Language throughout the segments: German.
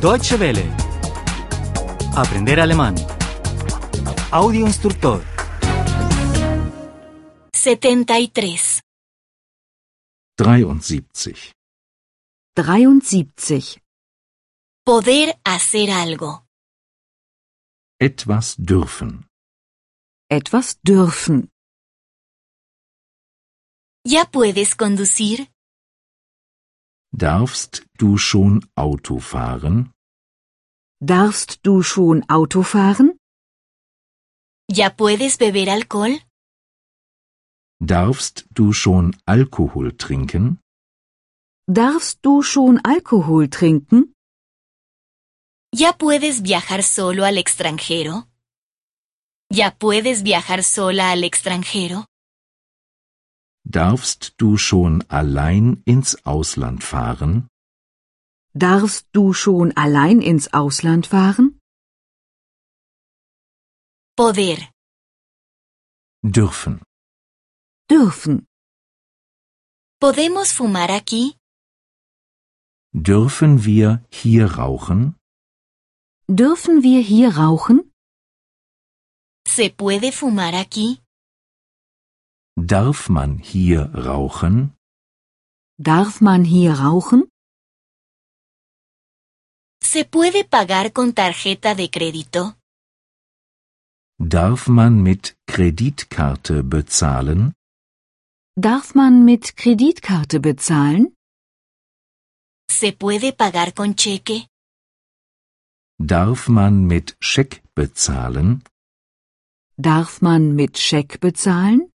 Deutsche Welle. Aprender alemán. Audio instructor. 73. 73. 73. Poder hacer algo. Etwas dürfen. Etwas dürfen. ¿Ya puedes conducir? Darfst du schon Auto fahren? Darfst du schon Auto fahren? ¿Ya puedes beber alcohol? Darfst du schon Alkohol trinken? Darfst du schon Alkohol trinken? ¿Ya puedes viajar solo al extranjero? ¿Ya puedes viajar sola al extranjero? Darfst du schon allein ins Ausland fahren? Darfst du schon allein ins Ausland fahren? Poder. Dürfen. Dürfen. ¿Podemos fumar aquí? Dürfen wir hier rauchen? Dürfen wir hier rauchen? ¿Se puede fumar aquí? Darf man hier rauchen? Darf man hier rauchen? ¿Se puede pagar con tarjeta de crédito? Darf man mit Kreditkarte bezahlen? Darf man mit Kreditkarte bezahlen? ¿Se puede pagar con cheque? Darf man mit Scheck bezahlen? Darf man mit Scheck bezahlen?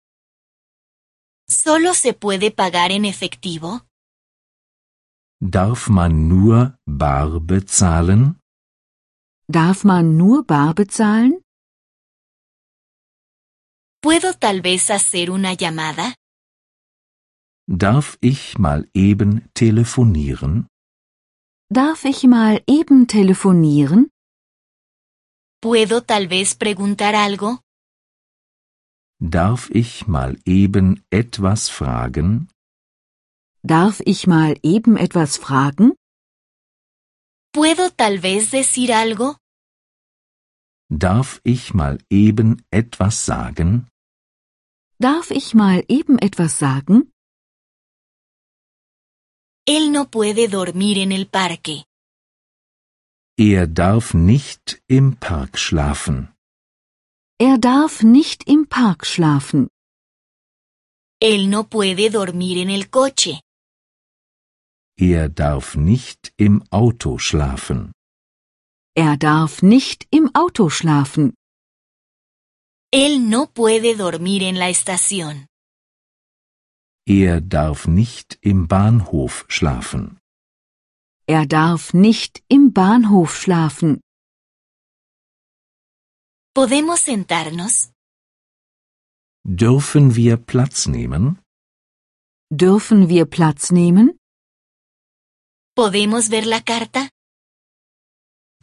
¿Solo se puede pagar en efectivo? Darf man nur bar bezahlen? Darf man nur bar bezahlen? ¿Puedo tal vez hacer una llamada? Darf ich mal eben telefonieren? Darf ich mal eben telefonieren? ¿Puedo tal vez preguntar algo? Darf ich mal eben etwas fragen? Darf ich mal eben etwas fragen? ¿Puedo tal vez decir algo? Darf ich mal eben etwas sagen? Darf ich mal eben etwas sagen? Él no puede dormir en el parque. Er darf nicht im Park schlafen. Er darf nicht im Park schlafen. Él no puede dormir en el coche. Er darf nicht im Auto schlafen. Er darf nicht im Auto schlafen. Él no puede dormir en la estación. Er darf nicht im Bahnhof schlafen. Er darf nicht im Bahnhof schlafen. ¿Podemos sentarnos? Dürfen wir Platz nehmen? Dürfen wir Platz nehmen? ¿Podemos ver la carta?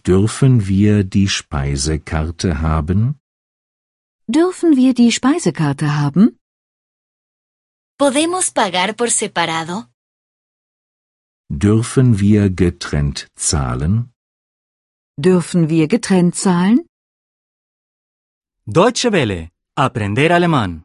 Dürfen wir die Speisekarte haben? Dürfen wir die Speisekarte haben? ¿Podemos pagar por separado? Dürfen wir getrennt zahlen? Dürfen wir getrennt zahlen? Deutsche Welle. Aprender alemán.